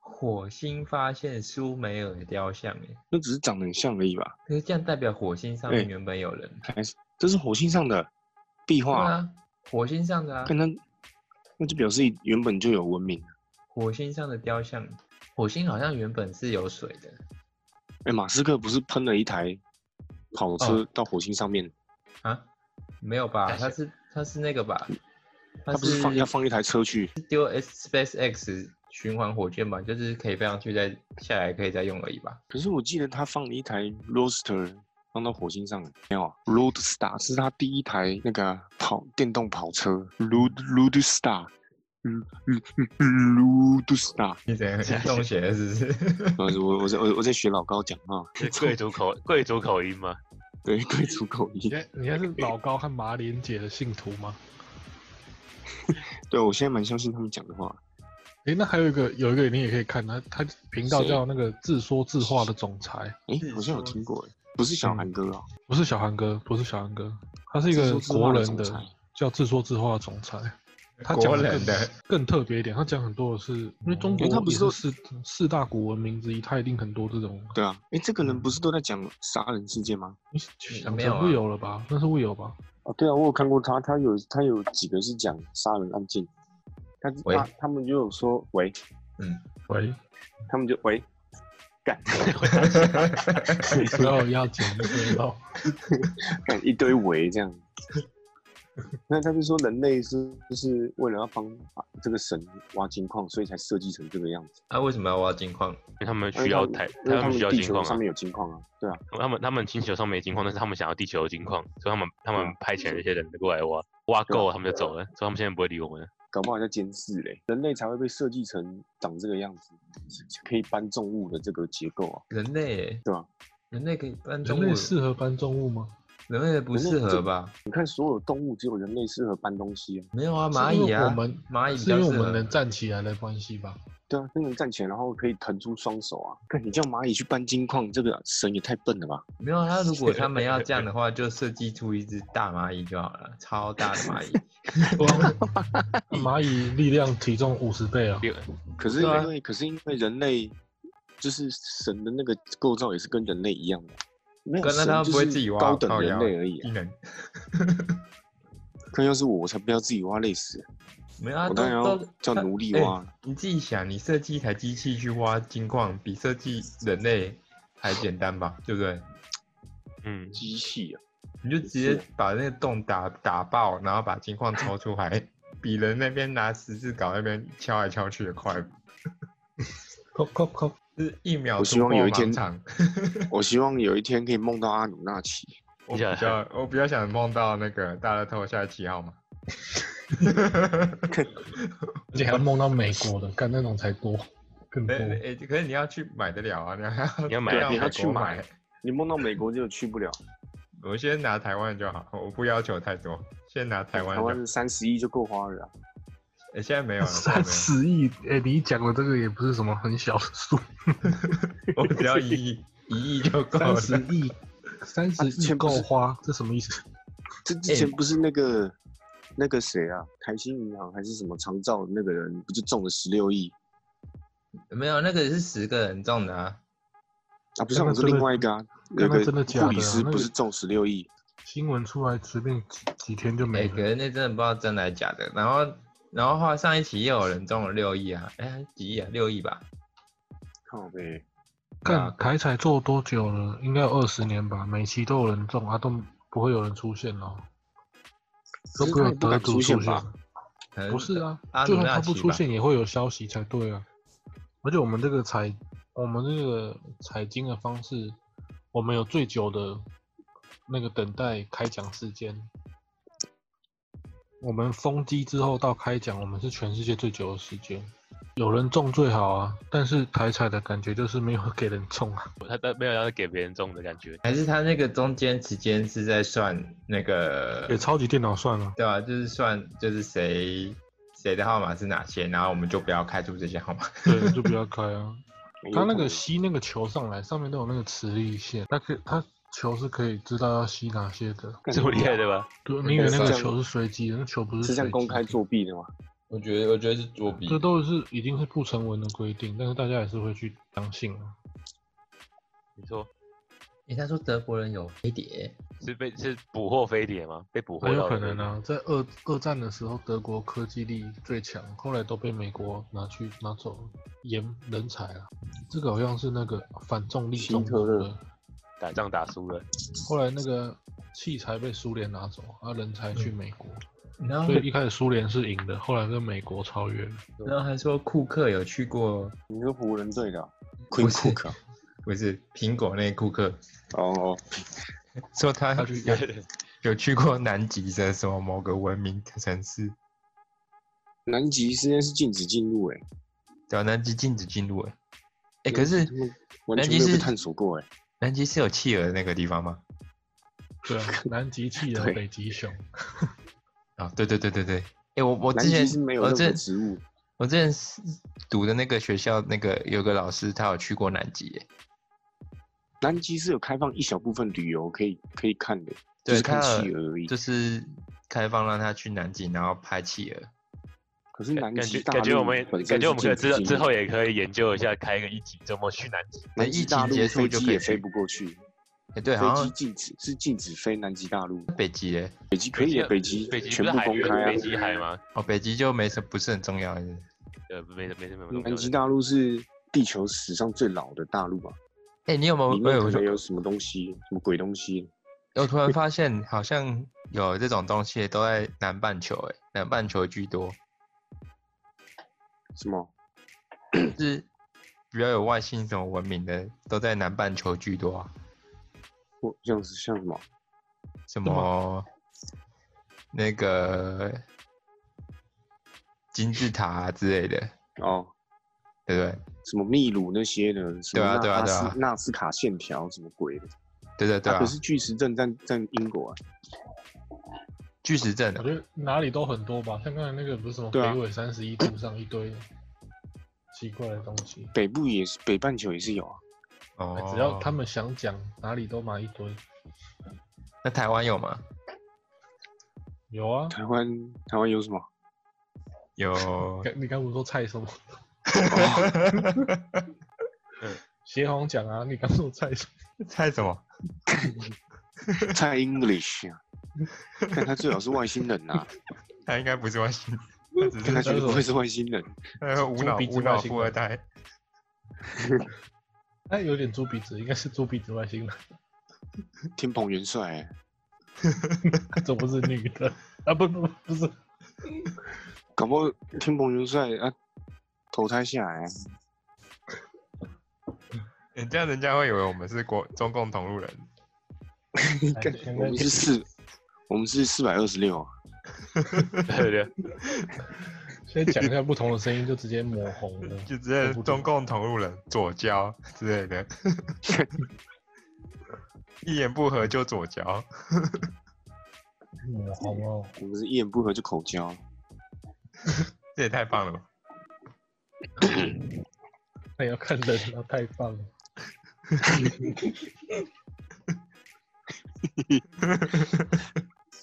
S2: 火星发现苏美尔的雕像，哎，
S1: 那只是长得很像而已吧？
S2: 可是这样代表火星上
S1: 哎
S2: 面原本有人。
S1: 还是这是火星上的壁
S2: 对
S1: 画，
S2: 啊，火星上的啊，
S1: 看它，那就表示原本就有文明。
S2: 火星上的雕像，火星好像原本是有水的，
S1: 哎、马斯克不是喷了一台跑车
S2: 哦
S1: 到火星上面，
S2: 啊，没有吧？
S3: 感谢
S2: 他是他是那个吧？
S1: 他不是放要放一台车去？
S2: 丢 S SpaceX 循环火箭吧？就是可以飞上去再下来，可以再用而已吧？
S1: 可是我记得他放了一台 Roadster 放到火星上了，没有啊？Roadstar 是他第一台那个跑电动跑车，Road Roadstar。嗯嗯嗯嗯，Roadstar，
S2: 你怎样中邪了是不 是？
S1: 呃我我在我我在学老高讲话，
S3: 是贵族口贵族口音吗？
S1: 对，贵族口
S4: 你
S1: 音。
S4: 现在你现在是老高和马莲姐的信徒吗？
S1: 对，我现在蛮相信他们讲的话。
S4: 诶，那还有一个有一个你也可以看，他他频道
S1: 谁
S4: 叫那个自说自话的总裁，
S1: 诶，
S2: 自
S1: 好像有
S2: 说
S1: 听过，诶，不是小
S4: 嗯
S1: 韩哥啊，
S4: 不是小韩哥，不是小韩哥，他是一
S1: 自
S4: 个
S1: 说自
S4: 国
S1: 话的
S4: 人
S1: 总
S4: 的
S1: 裁
S4: 叫自说自话的总裁。他
S2: 国
S4: 讲得
S2: 人
S4: 更
S2: 的
S4: 更特别一点，他讲很多的是，因为中
S1: 哦因为
S4: 国
S1: 他不
S4: 也
S1: 是都
S4: 四四大古文明之一，他一定很多这种
S1: 对啊。诶，这个人不是都在讲杀人事件吗？
S4: 你想
S2: 没
S4: 成
S2: 有
S4: 会
S2: 啊
S4: 有了吧？那是会有吧？
S1: 哦，对啊，我有看过他，他有他有几个是讲杀人案件，他
S2: 喂
S1: 他他们就有说喂，
S2: 嗯，
S4: 喂，
S1: 他们就喂，干
S4: 不要要剪掉，
S1: 干一堆围这样。那他就说人类是就是为了要帮啊这个神挖金矿，所以才设计成这个样子。
S2: 啊，为什么要挖金矿？
S3: 因为他们
S1: 因为
S3: 需要
S1: 哎他们
S3: 台，
S1: 因为他
S3: 他们
S1: 们
S3: 需要
S1: 地
S3: 金
S1: 球
S3: 矿
S1: 上
S3: 啊，
S1: 面有金矿啊，对啊，
S3: 他们他们星球上没金矿，但是他们想要地球有金矿，所以他们他
S1: 啊
S3: 们派遣了一些人过来挖，挖够了他们就走了，所以他们现在不会理我们了。
S1: 搞不好在监视嘞，人类才会被设计成长这个样子，可以搬重物的这个结构啊。
S2: 人类耶
S1: 对啊？
S2: 人类可以搬重
S4: 人
S2: 物，
S4: 类适合搬重物吗？
S2: 人类不
S1: 人类
S2: 适
S1: 这
S2: 合吧？
S1: 你看所有动物只有人类适合搬东西啊，
S2: 没有啊，
S4: 是
S2: 蚂
S4: 因为
S2: 蚁啊，
S4: 我们
S2: 蚂蚁比
S4: 是因
S2: 较
S4: 为我
S2: 适合
S4: 们能站起来的关系吧？
S1: 对啊，那能站起来，然后可以腾出双手啊。看你叫蚂蚁去搬金矿，这个神也太笨了吧？
S2: 没有啊，他如果他们要这样的话，就设计出一只大蚂蚁就好了，超大的蚂蚁。
S4: 蚂蚁力量体重五十 倍啊！
S3: 六
S1: 可是
S2: 对
S1: 因
S2: 啊
S1: 为，可是因为人类就是神的那个构造也是跟人类一样的，没有
S2: 可是
S1: 神
S2: 他们
S1: 就
S2: 不会
S1: 是
S2: 自己挖
S1: 高等
S2: 靠
S1: 人
S2: 腰嗯
S1: 类而已啊、
S2: 低能，
S1: 可要是我，我才不要自己挖累死，
S2: 没有啊，
S1: 我
S2: 都
S1: 当然要
S2: 都
S1: 叫
S2: 他
S1: 奴隶
S2: 哎
S1: 挖啊。
S2: 你自己想，你设计一台机器去挖金矿，比设计人类还简单吧，对不对？
S3: 嗯，
S1: 机器啊，
S2: 你就直
S1: 是
S2: 接把那个洞打打爆，然后把金矿抽出来，比人那边拿十字镐那边敲来敲去的快，
S4: 扣扣扣，
S2: 就是一秒
S1: 我希
S2: 突
S1: 望
S2: 破
S1: 有一天
S2: 盲场。
S1: 我希望有一天可以梦到阿努纳奇。
S2: 我
S3: 你
S2: 比
S3: 想
S2: 较我比较想梦到那个大乐透下七号 嘛。
S4: 而且还梦到美国的，干那种才多，更 多
S2: 哎。哎，可是你要去买得了啊，你要
S3: 你要买
S2: 到
S1: 你要
S2: 美
S1: 去
S2: 国
S1: 买
S2: 买。
S1: 你梦到美国就去不了，
S2: 我先拿台湾就好， 我不要求太多，先拿台湾
S1: 台
S2: 就好。
S1: 湾三十亿就够花了啊。
S2: 哎现在没有了，现在
S4: 三十亿，哎、你讲的这个也不是什么很小的数，
S2: 没有了，我只要一亿，一亿就够了
S4: 三。十亿，三十
S2: 啊
S4: 亿
S1: 钱不
S4: 够
S1: 是
S4: 花，这什么意思？
S1: 这之前不是那个、那个谁啊，台新银行还是什么长照的那个人，不就中了十六亿
S2: 没有，那个是十个人中的啊。
S1: 啊？不是，
S4: 那
S1: 我
S4: 个
S1: 是
S4: 真的
S1: 另外一个啊，有
S4: 那个
S1: 个
S4: 真的假的啊
S1: 护理师
S4: 那个
S1: 不是中十六亿？
S4: 新闻出来随便几几天就
S2: 哎、
S4: 没
S2: 可
S4: 了。
S2: 是那真的不知道真的还是假的。然后，然后后来上一期又有人中了六亿啊，哎、几亿啊？六亿吧？
S1: 靠呗，
S4: 干、
S2: 啊
S4: 台彩做多久了？应该有二十年吧，每期都有人中啊，都不会有人出现哦，都
S1: 可是他
S4: 会有
S1: 也不
S4: 得
S1: 敢
S4: 主
S1: 出现吧呃
S4: 现
S2: 可能
S4: 不是啊
S2: 阿，
S4: 就
S2: 努
S4: 算
S2: 纳
S4: 他不
S2: 奇
S4: 出
S2: 吧？
S4: 现，也会有消息才对啊。而且我们这个采，我们这个采金的方式，我们有最久的那个等待开奖时间。我们封机之后到开奖，我们是全世界最久的时间。有人中最好啊，但是台彩的感觉就是没有给人中啊。
S3: 他他没有要给别人中的感觉。
S2: 还是他那个中间期间是在算那个
S4: 给超级电脑算了，
S2: 对啊，就是算就是谁谁的号码是哪些，然后我们就不要开出这些号码。
S4: 对，就不要开啊。他那
S1: 有可
S4: 个
S1: 能
S4: 吸那个球上来，上面都有那个磁力线，它可以它球是可以知道要吸哪些的。
S1: 干
S3: 这么厉害对吧？
S4: 对，
S1: 那
S4: 你以为
S1: 个
S4: 那个
S1: 像
S4: 球是随机的，那球不是
S1: 是像
S4: 随
S1: 公
S4: 机
S1: 开
S4: 的
S1: 作弊的吗？
S2: 我觉得我觉得是作弊
S4: 这都是已经是不成文的规定，但是大家还是会去相信啊。
S3: 你说
S2: 诶，他说德国人有飞碟，
S3: 是被是捕获飞碟吗？被捕获
S4: 很有
S3: 到的
S4: 可
S3: 飞
S4: 能
S3: 碟。
S4: 啊，在二二战的时候，德国科技力最强，后来都被美国拿去拿走研人才了。这个好像是那个反重力
S1: 希
S4: 中
S1: 特
S4: 毒
S1: 勒
S4: 的，
S3: 打仗打输了，
S4: 后来那个器材被苏联拿走，啊，人才
S1: 嗯
S4: 去美国，
S2: 然后
S4: 所以一开始苏联是赢的，后来跟美国超越了。
S2: 然后还说库克有去过，
S1: 你是湖人队的啊
S2: 不
S1: ，Queen
S2: 是
S1: Cook 啊
S2: 不是苹果那个库克，
S1: 哦哦，
S2: 说 他
S4: 他去
S2: 有有去过南极的什么某个文明的城市，
S1: 南极现在是禁止进入哎，
S2: 对啊，南极禁止进入诶。哎，
S1: 南
S2: 可是
S1: 他们完
S2: 南
S1: 全
S2: 极
S1: 没有被
S2: 是
S1: 探索过哎，
S2: 南极是有企鹅的那个地方吗？
S4: 对啊，南极企鹅、
S1: 对
S4: 北极熊，
S2: 啊，对对对对对，哎，我我
S1: 南
S2: 之前
S1: 极是没有
S2: 我
S1: 任
S2: 之
S1: 何植物，
S2: 我之前是读的那个学校，那个有个老师他有去过南极欸耶，
S1: 南极是有开放一小部分旅游可以可以看的，就
S2: 对
S1: 是看
S2: 他有
S1: 企鹅而已
S2: 就。是开放让他去南极，然后拍企鹅。
S1: 可是南
S3: 感
S1: 极
S3: 觉
S1: 大
S3: 感觉
S1: 陆
S3: 我们也
S1: 本身
S3: 感觉
S1: 是
S3: 我们可以
S1: 禁止
S3: 之后
S1: 进
S3: 之
S1: 入
S3: 后也可以研究一下，开一个一集周末去南极。
S1: 南
S2: 疫
S1: 极
S2: 情
S1: 大陆
S2: 结束
S1: 飞
S2: 就
S1: 机
S2: 可以
S1: 也飞
S2: 去
S1: 不过去，
S2: 哎，对，好
S1: 飞机
S2: 像
S1: 禁止是禁止飞南极大陆，
S2: 北极欸耶，
S1: 北极可以啊，北极
S3: 北极
S1: 全
S3: 不是
S1: 部
S3: 海
S1: 公
S3: 域
S1: 开
S3: 北
S1: 啊。
S3: 极海吗？
S2: 哦，北极就没什不是很重要。
S3: 呃，没没没什么东西。
S1: 南极大陆是地球史上最老的大陆啊吧？
S2: 哎，你有没有？
S1: 里
S2: 我
S1: 面
S2: 有
S1: 可
S2: 我就
S1: 能有什么东西，什么鬼东西？
S2: 我突然发现，好像有这种东西都在南半球，哎，南半球居多，
S1: 什么？
S2: 就是比较有外星什么文明的都在南半球居多啊，
S1: 我像是像什么？
S2: 什
S4: 吗
S2: 么那个金字塔啊之类的，
S1: 哦，
S2: 对不对？
S1: 什么秘鲁那些的，什
S2: 对
S1: 么
S2: 啊对啊
S1: 纳
S2: 对
S1: 斯
S2: 啊
S1: 纳斯卡线条什么鬼的？
S2: 对对对
S1: 啊
S2: 啊
S1: 可，是巨石阵在在英国啊，
S2: 巨石阵啊
S4: 我觉得哪里都很多吧，像刚才那个不是什么
S1: 对啊
S4: 北纬三十一度上一堆奇怪的东西，
S1: 北部也是北半球也是有啊。
S2: 哦，
S4: 只要他们想讲，哪里都买一堆。
S2: 那台湾有吗？
S4: 有啊，
S1: 台湾台湾有什么？
S2: 有
S4: 刚你刚不是说菜什么？
S3: 嗯
S4: 协红讲啊，你刚说菜什么？
S2: 猜什么？
S1: 蔡 English 啊，看他最好是外星人呐、啊，
S2: 他应该不是外星人，他只
S1: 看他
S2: 是
S1: 绝对不会是外星人。
S2: 他是无
S4: 猪
S2: 脑
S4: 鼻子
S2: 无
S4: 外
S2: 脑
S4: 星
S2: 富
S4: 人
S2: 二代。
S4: 哎，有点猪鼻子，应该是猪鼻子外星人，
S1: 天蓬元帅、欸，
S4: 这不是女的啊？不不不是，
S1: 搞不好天蓬元帅啊，投胎下来、啊，
S2: 人家欸人家会以为我们是国中共同路人。
S4: 哎
S1: 干
S4: 现
S1: 我
S4: 在
S1: 们是四，我们是四百二十六啊。
S3: 对对，
S4: 现在讲一下不同的声音就直接抹红了。
S2: 就直接
S4: 我不懂
S2: 中共同路人、左交之类的， 一言不合就左交。
S4: 抹红哦，
S1: 我们是一言不合就口交，
S2: 这也太棒了吧！
S4: 那也要看人啊，太棒了。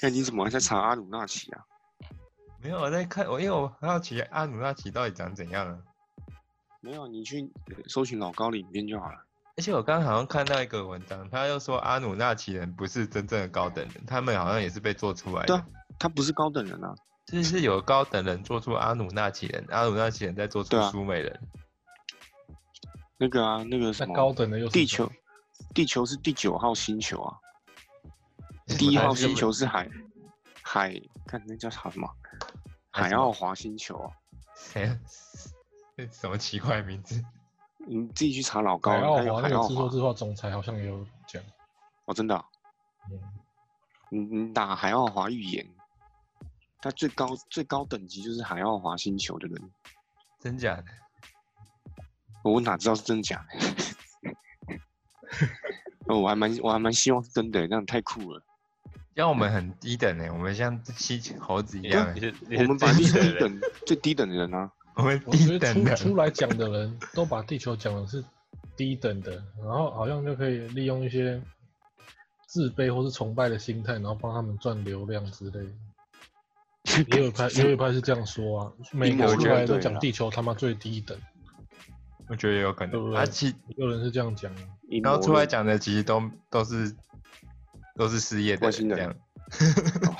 S1: 那你怎么还在查阿鲁纳奇啊？
S2: 没有我在看，我因为我很好奇阿努纳奇到底长怎样啊。
S1: 没有，啊你去呃搜寻老高的影片就好了。
S2: 而且我刚刚好像看到一个文章，他又说阿努纳奇人不是真正的高等人，他们好像也是被做出来
S1: 对
S2: 的
S1: 啊，他不是高等人啊，
S2: 就是有高等人做出阿努纳奇人，阿努纳奇人再做出
S1: 对啊
S2: 苏美人。
S1: 那个啊，那个
S4: 那
S1: 什么
S4: 高等的又是
S1: 地
S4: 什么
S1: 球，地球是第九号星球啊，
S2: 是
S1: 第一
S2: 什么
S1: 号
S2: 东西
S1: 星球是海海，看那叫啥什么？
S2: 海
S1: 海
S2: 什么
S1: 奥华星球啊，
S2: 谁啊？这什么奇怪的名字？
S1: 你自己去查老高，
S4: 海奥
S1: 它有
S4: 华那
S1: 海
S4: 个
S1: 奥
S4: 制作
S1: 华
S4: 制作总裁好像也有讲，
S1: 哦，真的啊、
S4: 嗯
S1: 你你打海奥华预言，他最高最高等级就是海奥华星球的人，
S2: 真假的？
S1: 我哪知道是真假的？ 哦，我还蛮我还蛮希望是真的，那样太酷了。
S2: 让我们很低等呢、欸我们像七猴子一样、
S3: 你
S2: 欸，
S3: 是你
S1: 我
S3: 是
S1: 们把
S3: 最
S1: 你是
S3: 低
S1: 低
S3: 的人，
S1: 等最低等的人啊，
S2: 我们
S4: 我
S2: 低
S4: 觉
S2: 等
S4: 得
S2: 的
S4: 出出来讲的人都把地球讲的是低等的，然后好像就可以利用一些自卑或是崇拜的心态，然后帮他们赚流量之类 的。也有一派，也有一派是这样说啊，每个出来都讲地球他妈最低等，
S2: 我觉得有可
S4: 对
S2: 能。
S4: 不
S2: 啊，
S4: 对
S2: 其
S4: 也有人是这样讲啊。
S1: 阴
S2: 然后
S1: 谋
S2: 出来
S1: 论
S2: 讲的其实都都是都是失业的
S1: 外
S2: 人
S1: 星人
S2: 这 样，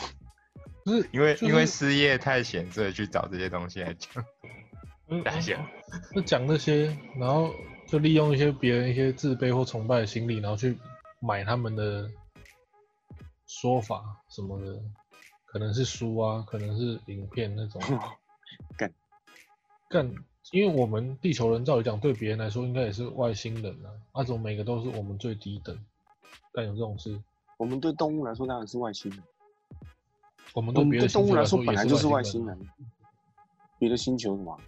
S4: 就是
S2: 因为、
S4: 就是
S2: 因为失业太闲，所以去找这些东西来讲。
S3: 大象
S4: 就嗯哦讲这些，然后就利用一些别人一些自卑或崇拜的心理，然后去买他们的说法什么的，可能是书啊，可能是影片那种
S1: 嗯干。
S4: 干，因为我们地球人照理讲，对别人来说应该也是外星人啊，那、种每个都是我们最低等。但有这种事，
S1: 我们对动物来说当然是外星人，
S4: 我们
S1: 我
S4: 对
S1: 们
S4: 别
S1: 对
S4: 的
S1: 动
S4: 星
S1: 物
S4: 球
S1: 来
S4: 说
S1: 说
S4: 也
S1: 本来
S4: 是
S1: 就是外
S4: 星
S1: 星
S4: 人啊，
S1: 人，别的星球什么？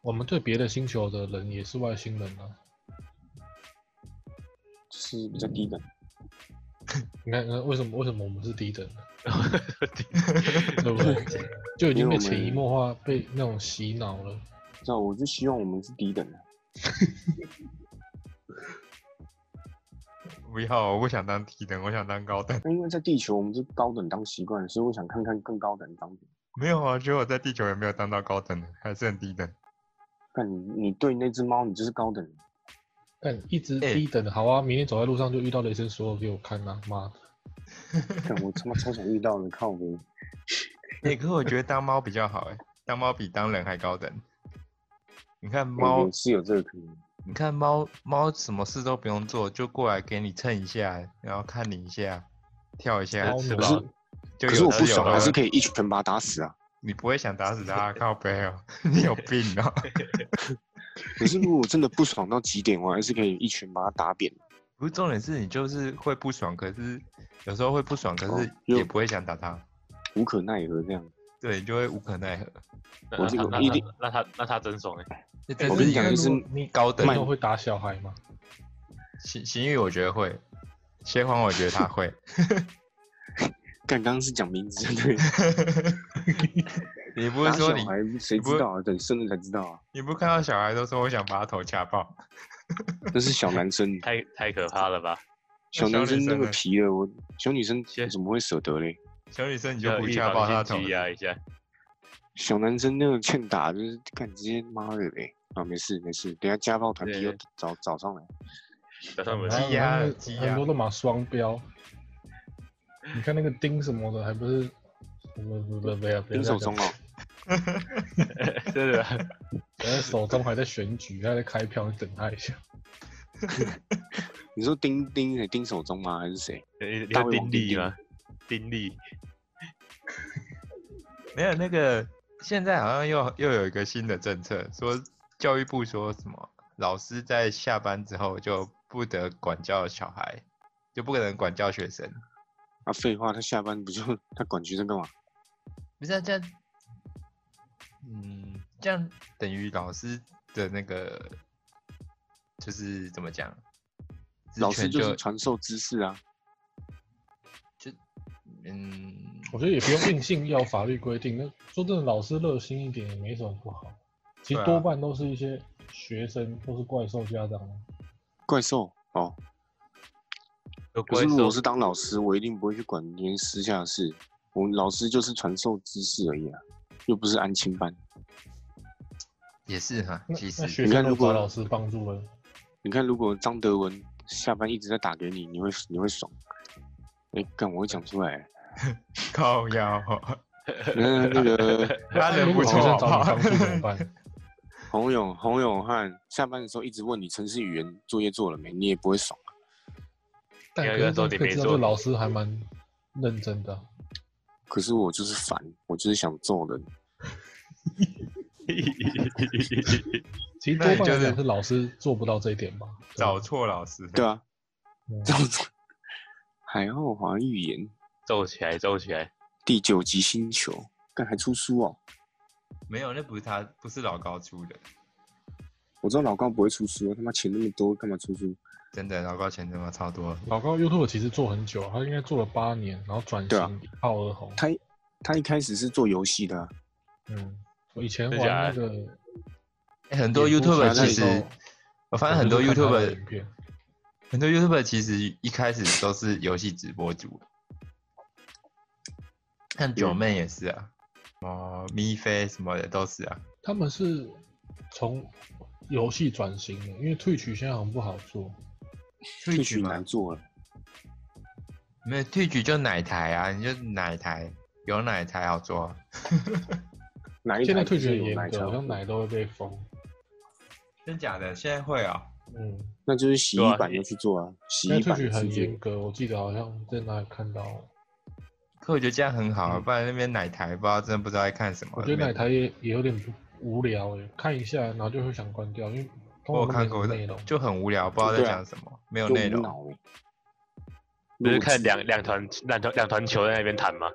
S4: 我们对别的星球的人也是外星人啊。
S1: 就是比较低等。
S4: 你看，那为什么为什么我们是低 等的？
S3: 低
S4: 对不对？就已经
S1: 因为
S4: 被
S1: 我们
S4: 潜移默化、被那种洗脑了。
S1: 那我就希望我们是低等的。
S2: 不要，我不想当低等，我想当高等。
S1: 那因为在地球我们是高等当习惯了，所以我想看看更高等当。
S2: 没有啊，觉得我在地球也没有当到高等的，还是很低等。
S1: 看你你对那只猫，你就是高等。
S4: 但一直
S2: 哎
S4: 低等的，好啊！明天走在路上就遇到雷神索尔给我看啊，妈的！
S1: 看我他妈超想遇到的，靠我。
S2: 哎、可我觉得当猫比较好哎、当猫比当人还高等。你看
S1: 我
S2: 猫
S1: 我，是有这个可能。
S2: 你看猫，猫什么事都不用做，就过来给你蹭一下，然后看你一下，跳一下
S4: 猫，
S2: 吃
S4: 奴
S2: 饱
S1: 是
S2: 就
S1: 可是
S2: 有
S1: 我
S2: 吃
S1: 不
S2: 有
S1: 爽，
S2: 喝
S1: 还是可以一拳把它打死啊。
S2: 你不会想打死它，靠背哦， 你有病 哦！
S1: 可是如果我真的不爽到极点，我还是可以一拳把它打扁。
S2: 不是重点是你就是会不爽，可是有时候会不爽，可是
S1: 哦就
S2: 也不会想打它，
S1: 无可奈何这样。
S2: 对，你就会无可奈何。
S3: 那
S1: 我这个
S3: 那
S1: 一
S3: 那
S1: 定
S3: 那他那他真爽哎、
S2: 这真
S1: 我跟
S2: 是一
S1: 你讲
S2: 个
S1: 的是
S4: 你
S2: 高等
S4: 你都会打小孩吗？
S2: 邢邢宇，我觉得会；切换，我觉得 他会。
S1: 干，刚刚是讲名字对，
S2: 你不
S1: 打
S2: 是
S1: 小
S2: 说你，
S1: 孩谁知道啊？等生了才知道啊，
S2: 你不看到小孩都说我想把他头掐爆？
S1: 那是小男 生，
S3: 太太可怕了吧？
S1: 小男生那
S2: 小
S1: 个
S2: 女生呢
S1: 皮了，我小女生
S3: 先
S1: 怎么会舍得嘞？
S2: 小女生你就
S3: 要
S2: 不
S3: 预
S2: 掐爆他
S3: 防
S2: 的
S3: 性
S2: 头
S3: 积？压一下。
S1: 小男生那个欠打就是干直接妈的嘞啊，没事没事，等下家暴团体
S3: 对
S1: 又找找上来，
S3: 早上我
S4: 然后
S2: 鸡呀
S4: 然后
S2: 鸡呀
S4: 很多都买双标。你看那个丁什么的，还不是不不不不要不要
S1: 丁守中哦，
S3: 真的啊
S4: 人家手中还在选举，还在开票，你等他一下。
S1: 你说丁丁谁？丁守中吗？还是谁？
S3: 你你
S1: 大
S3: 是
S1: 胃王
S3: 丁
S1: 弟
S3: 力
S1: 弟
S3: 吗？丁力，
S2: 没有那个，现在好像又又有一个新的政策，说教育部说什么老师在下班之后就不得管教小孩，就不可能管教学生。
S1: 啊，废话，他下班不就 他管学生干嘛？
S2: 不是、啊、这样，嗯，这样等于老师的那个就是怎么讲，职
S1: 老师
S2: 权
S1: 就是
S2: 就
S1: 传授知识啊，
S2: 嗯，
S4: 我觉得也不用硬性要法律规定。那说真的，老师热心一点也没什么不好。其
S2: 对
S4: 实
S2: 啊
S4: 多半都是一些学生或是怪兽家长。啊
S1: 怪兽哦。
S3: 都
S1: 可
S3: 怪
S1: 是如
S3: 兽
S1: 果是当老师，我一定不会去管别人私下的事。我们老师就是传授知识而已啊，又不是安亲班。
S2: 也是哈，
S4: 那
S2: 其实
S4: 那学
S1: 你
S4: 生
S1: 看
S4: 都
S1: 如果
S4: 找老师帮助了，
S1: 你看，如果张德文下班一直在打给你，你会你会爽？哎、干我会讲出来。
S2: 靠腰哦，
S1: 那那个
S2: 他人
S4: 如
S2: 不
S4: 果
S2: 错
S4: 学
S2: 好啊
S4: 生
S2: 不
S4: 找
S2: 好
S4: 你帮？助怎 么办？
S1: 洪永洪永汉下班的时候一直问你城市语言作业做了没，你也不会爽。啊
S4: 但
S3: 应该
S4: 可是
S3: 说
S4: 这
S3: 你
S4: 可以
S3: 没
S4: 知道，
S3: 做
S4: 这老师还蛮认真的啊。
S1: 可是我就是烦，我就是想揍人。
S4: 其实多
S2: 那你
S4: 半
S2: 就
S4: 来
S2: 是
S4: 讲是老师做不到这一点吧。对吧
S2: 找错老师，
S1: 对啊，
S4: 嗯
S1: 这样子。海后华预言
S3: 皱起来，皱起来。
S1: 第九集星球，干还出书哦。
S2: 没有，那不是他，不是老高出的，
S1: 我知道老高不会出书，他妈钱那么多，干嘛出书？
S2: 真的老高钱他妈超多。
S4: 老高 YouTube 其实做很久，啊他应该做了八年，然后转
S1: 对啊
S4: 型一炮而红。
S1: 他一他一开始是做游戏的啊、
S4: 嗯，我以前
S3: 真
S4: 玩
S3: 假
S4: 那
S3: 的
S4: 个，
S2: 欸很多
S4: 脸书
S2: YouTuber
S1: 上那
S2: 其
S1: 时
S2: 实
S4: 候，
S2: 我发现很多
S4: 我就是看他的
S2: YouTuber
S4: 影片
S2: 很多 YouTuber 其实一开始都是游戏直播主，像九妹也是啊，哦，咪菲什么的都是啊。
S4: 他们是从游戏转型的，因为退取现在好像不好做。
S1: 退群
S2: 嘛
S1: 难，做了，
S2: 没有 Twitch 就奶台啊，你就奶台，有奶台好做啊。
S1: 哪一
S4: 现在
S1: 台
S4: 退取
S1: 就是
S4: 很
S1: 有
S4: 严
S1: 奶
S4: 格，
S1: 茶
S4: 好像奶都会被封。
S2: 真假的？现在会啊、
S4: 嗯，
S1: 那就是洗
S3: 对
S1: 衣
S3: 啊
S1: 板要去做啊，洗
S4: 现在
S1: 衣
S4: 退
S1: 板
S4: 取
S1: 的
S4: 很
S1: 世
S4: 严
S1: 界。
S4: 格，我记得好像在哪里看到。
S2: 可我觉得这样很好啊，不然那边奶台不知道真的不知道在看什么。
S4: 我觉得奶台也也有点不无聊诶，看一下然后就会想关掉，因为
S2: 我有
S4: 通常
S2: 看
S4: 都
S2: 过
S4: 没什么内容。
S2: 就很无聊，不知道在
S1: 对啊
S2: 讲什么，没有
S1: 就
S2: 内
S1: 无
S2: 容。
S1: 脑欸
S3: 不是
S1: 弱
S3: 看
S1: 智
S3: 两两团两团两团球在那边弹吗？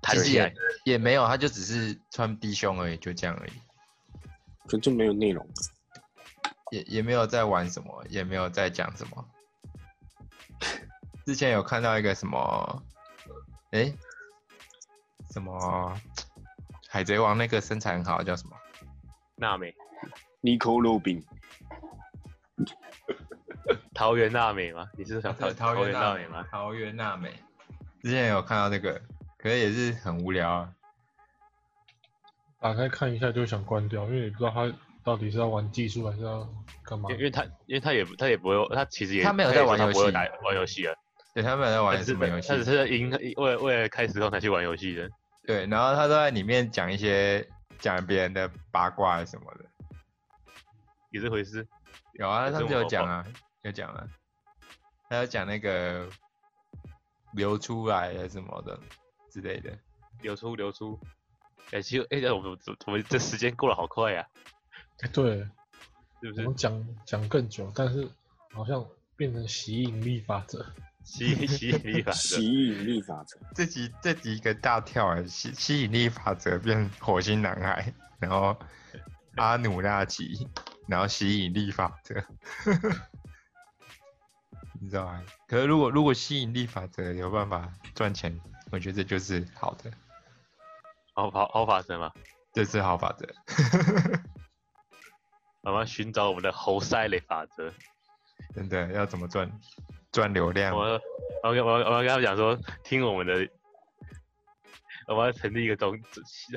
S3: 弹
S2: 其实
S3: 起来
S2: 也，也没有，他就只是穿低胸而已，就这样而已，
S1: 可就没有内容，
S2: 也也没有在玩什么，也没有在讲什么。之前有看到一个什么，哎、什么海贼王那个身材很好，叫什么？
S3: 娜美，
S1: 尼口肉饼，
S3: 桃园娜美吗？你是想桃桃园娜美吗？
S2: 桃园娜美。之前有看到这个，可是也是很无聊啊。
S4: 打开看一下就想关掉，因为你不知道他到底是要玩技术还是要干嘛
S3: 因。因为他因为他也不他也不会，他其实也
S2: 他没有在
S3: 也说
S2: 玩
S3: 他
S2: 游
S3: 不会
S2: 戏
S3: 打玩游戏啊，
S2: 对他们有在
S3: 他
S2: 玩
S3: 只
S2: 什
S3: 是
S2: 么
S3: 被
S2: 游戏
S3: 他？只是赢为了为了开时空才去玩游戏的。
S2: 对，然后他都在里面讲一些讲别人的八卦什么的。
S3: 有这回事？
S2: 有啊，
S3: 可是
S2: 上次
S3: 我
S2: 有讲啊，有讲啊，他有讲那个流出来的什么的之类的。
S3: 流出流出。哎、其实哎、我们我们我们这时间过得好快呀、
S4: 对，
S3: 是不
S4: 我
S3: 是？
S2: 哦
S4: 们讲讲更久，但是好像变成吸引力法则。
S3: 吸吸引力
S2: 啊
S3: 法则
S1: 吸，引力法则，
S2: 这集这集一个大跳哎、吸吸引力法则变火星男孩，然后阿努纳奇，然后吸引力法则，你知道吗？可是如果如果吸引力法则有办法赚钱，我觉得这就是好的，
S3: 好好好法则嘛，
S2: 这是好法则。
S3: 我们要寻找我们的猴塞雷法则。
S2: 真的要怎么赚赚流量
S3: 我？们我们跟我们我们跟他们讲说，听我们的，我们要成立一个宗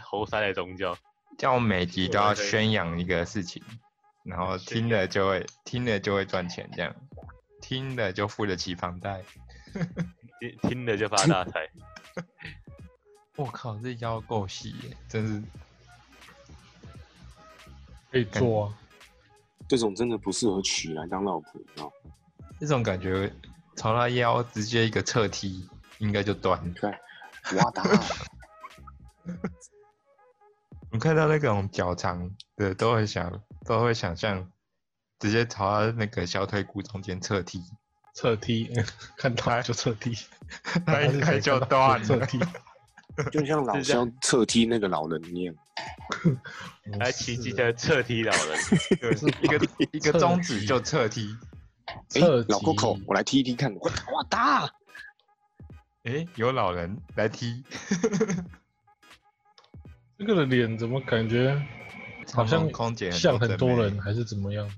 S3: 猴塞雷宗教。
S2: 这样我每集都
S3: 我
S2: 要
S3: 觉得
S2: 宣扬一个事情，然后
S3: 宣
S2: 听了就会听了就会赚钱，这样听了就付得起房贷。
S3: 听听了就发大财。
S2: 我靠，这腰够细耶，真是
S4: 可以做啊，
S1: 这种真的不适合娶来当老婆，你知道吗？
S2: 这种感觉，朝他腰直接一个侧踢，应该就断了
S1: 你。看，哇 达，
S2: 我看到那种脚长的，都会想都会想象直接朝他那个小腿骨中间侧踢，
S4: 撤踢，看到就撤踢，
S2: 他应该就断
S4: 撤
S2: 了。
S4: 踢。
S1: 就像老
S3: 是这样
S1: 乡侧踢那个老人一样，
S3: 来骑机车彻底老人，
S2: 对， 一个一个中指就侧踢。
S1: 哎、
S4: 侧
S1: 老
S4: 击
S1: Coco，我来踢一踢看，哇哇达，
S2: 诶，有老人来踢，
S4: 这个的脸怎么感觉好像
S2: 空姐
S4: 像很多
S2: 正妹
S4: 人，还是怎么样？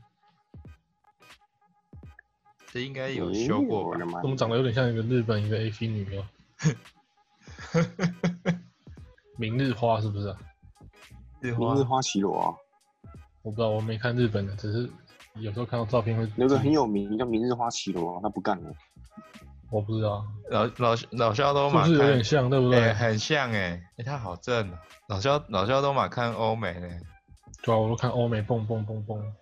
S2: 这应该有修过吧？
S1: 吧
S4: 我们长得有点像一个日本一个 A V 女优，明日花是不是啊？
S2: 日
S1: 明日花绮罗啊，
S4: 我不知道，我没看日本的，只是有时候看到照片会。
S1: 有
S2: 嗯
S1: 个很有名叫明日花绮罗啊，他不干了，
S4: 我不知道，
S2: 老老老肖都
S4: 是
S2: 马
S4: 不
S2: 看，
S4: 是有点像，对不
S2: 诶
S4: 对？
S2: 很像哎、诶他好正哦、老肖老肖都马看欧美嘞、
S4: 对啊，我都看欧美蹦蹦蹦蹦。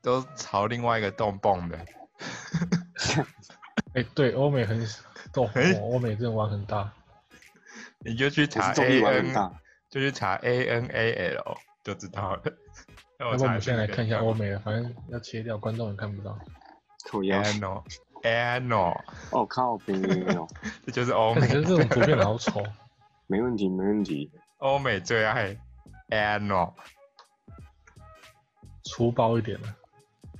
S2: 都朝另外一个洞蹦的。
S4: 哎、对，欧美很逗，
S2: 哎
S4: 欧美真的玩很大。
S2: 你就去
S1: 可
S2: 查
S1: 是重力
S2: 啊 A
S1: 玩很
S2: N，
S1: 大，
S2: 就去查 A N A L 就知道了。要
S4: 要不然我们先来看一下欧美的，反正要切掉，观众也看不到。
S1: 口
S2: A
S1: 呀，
S2: N O A N O，
S1: 哦靠，没有没有，
S2: 这就是欧
S4: 感
S2: 美
S4: 觉这种图片好丑，
S1: 没问题没问题，
S2: 欧美最爱 anal，
S4: 粗暴一点的、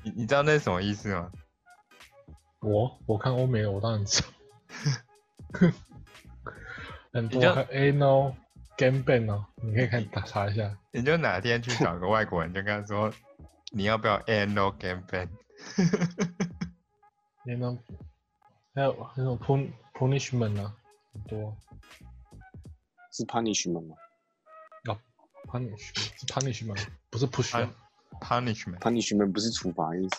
S2: 你你知道那是什么意思吗？
S4: 我我看欧美的，我当然知道。很多
S3: 你这样
S4: 还 A no game ban 哦，你可以看打查一下。
S2: 你就哪天去找个外国人，就跟他说你要不要 anal game ban？
S4: A no 还有还有 pun punishment 啊，很多
S1: 是 punishment 吗
S4: punish 是 punishment 不是 push 啊。
S2: punishment，
S1: ？punishment 不是处罚的意思，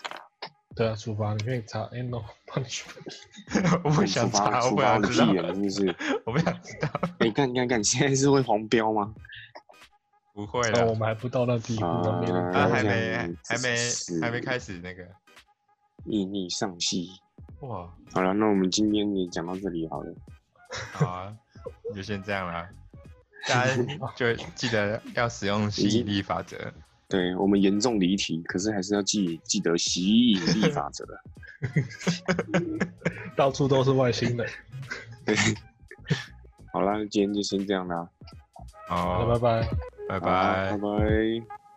S4: 对啊，处罚你可以查 A no punishment。
S2: 我不想
S1: 处罚
S2: 查，我
S1: 处
S2: 不
S1: 罚
S2: 想
S1: 个
S2: 知道
S1: 屁，啊！是不是？
S2: 我不想知道，
S1: 哎，看看看，现在是会黄标吗？
S2: 不 会
S4: 那
S2: 了
S4: 我，们还不到那地步，那没人
S2: 他
S1: 啊
S2: 哦还
S1: 这
S2: 没
S1: 样
S2: 还没
S1: 是
S2: 还没开始那个，
S1: 逆逆上戏。
S2: 哇，
S1: 好了，那我们今天也讲到这里好了。
S2: 好啊，那就先这样啦，大家就记得要使用吸引力法则。
S1: 对我们严重离题，可是还是要记记得吸引力法则。
S4: 到处都是外星人。
S1: 好啦，今天就先这样啦，
S2: 好，
S4: 好，拜拜。
S2: 拜
S1: 好啦
S2: 拜
S1: 拜。拜。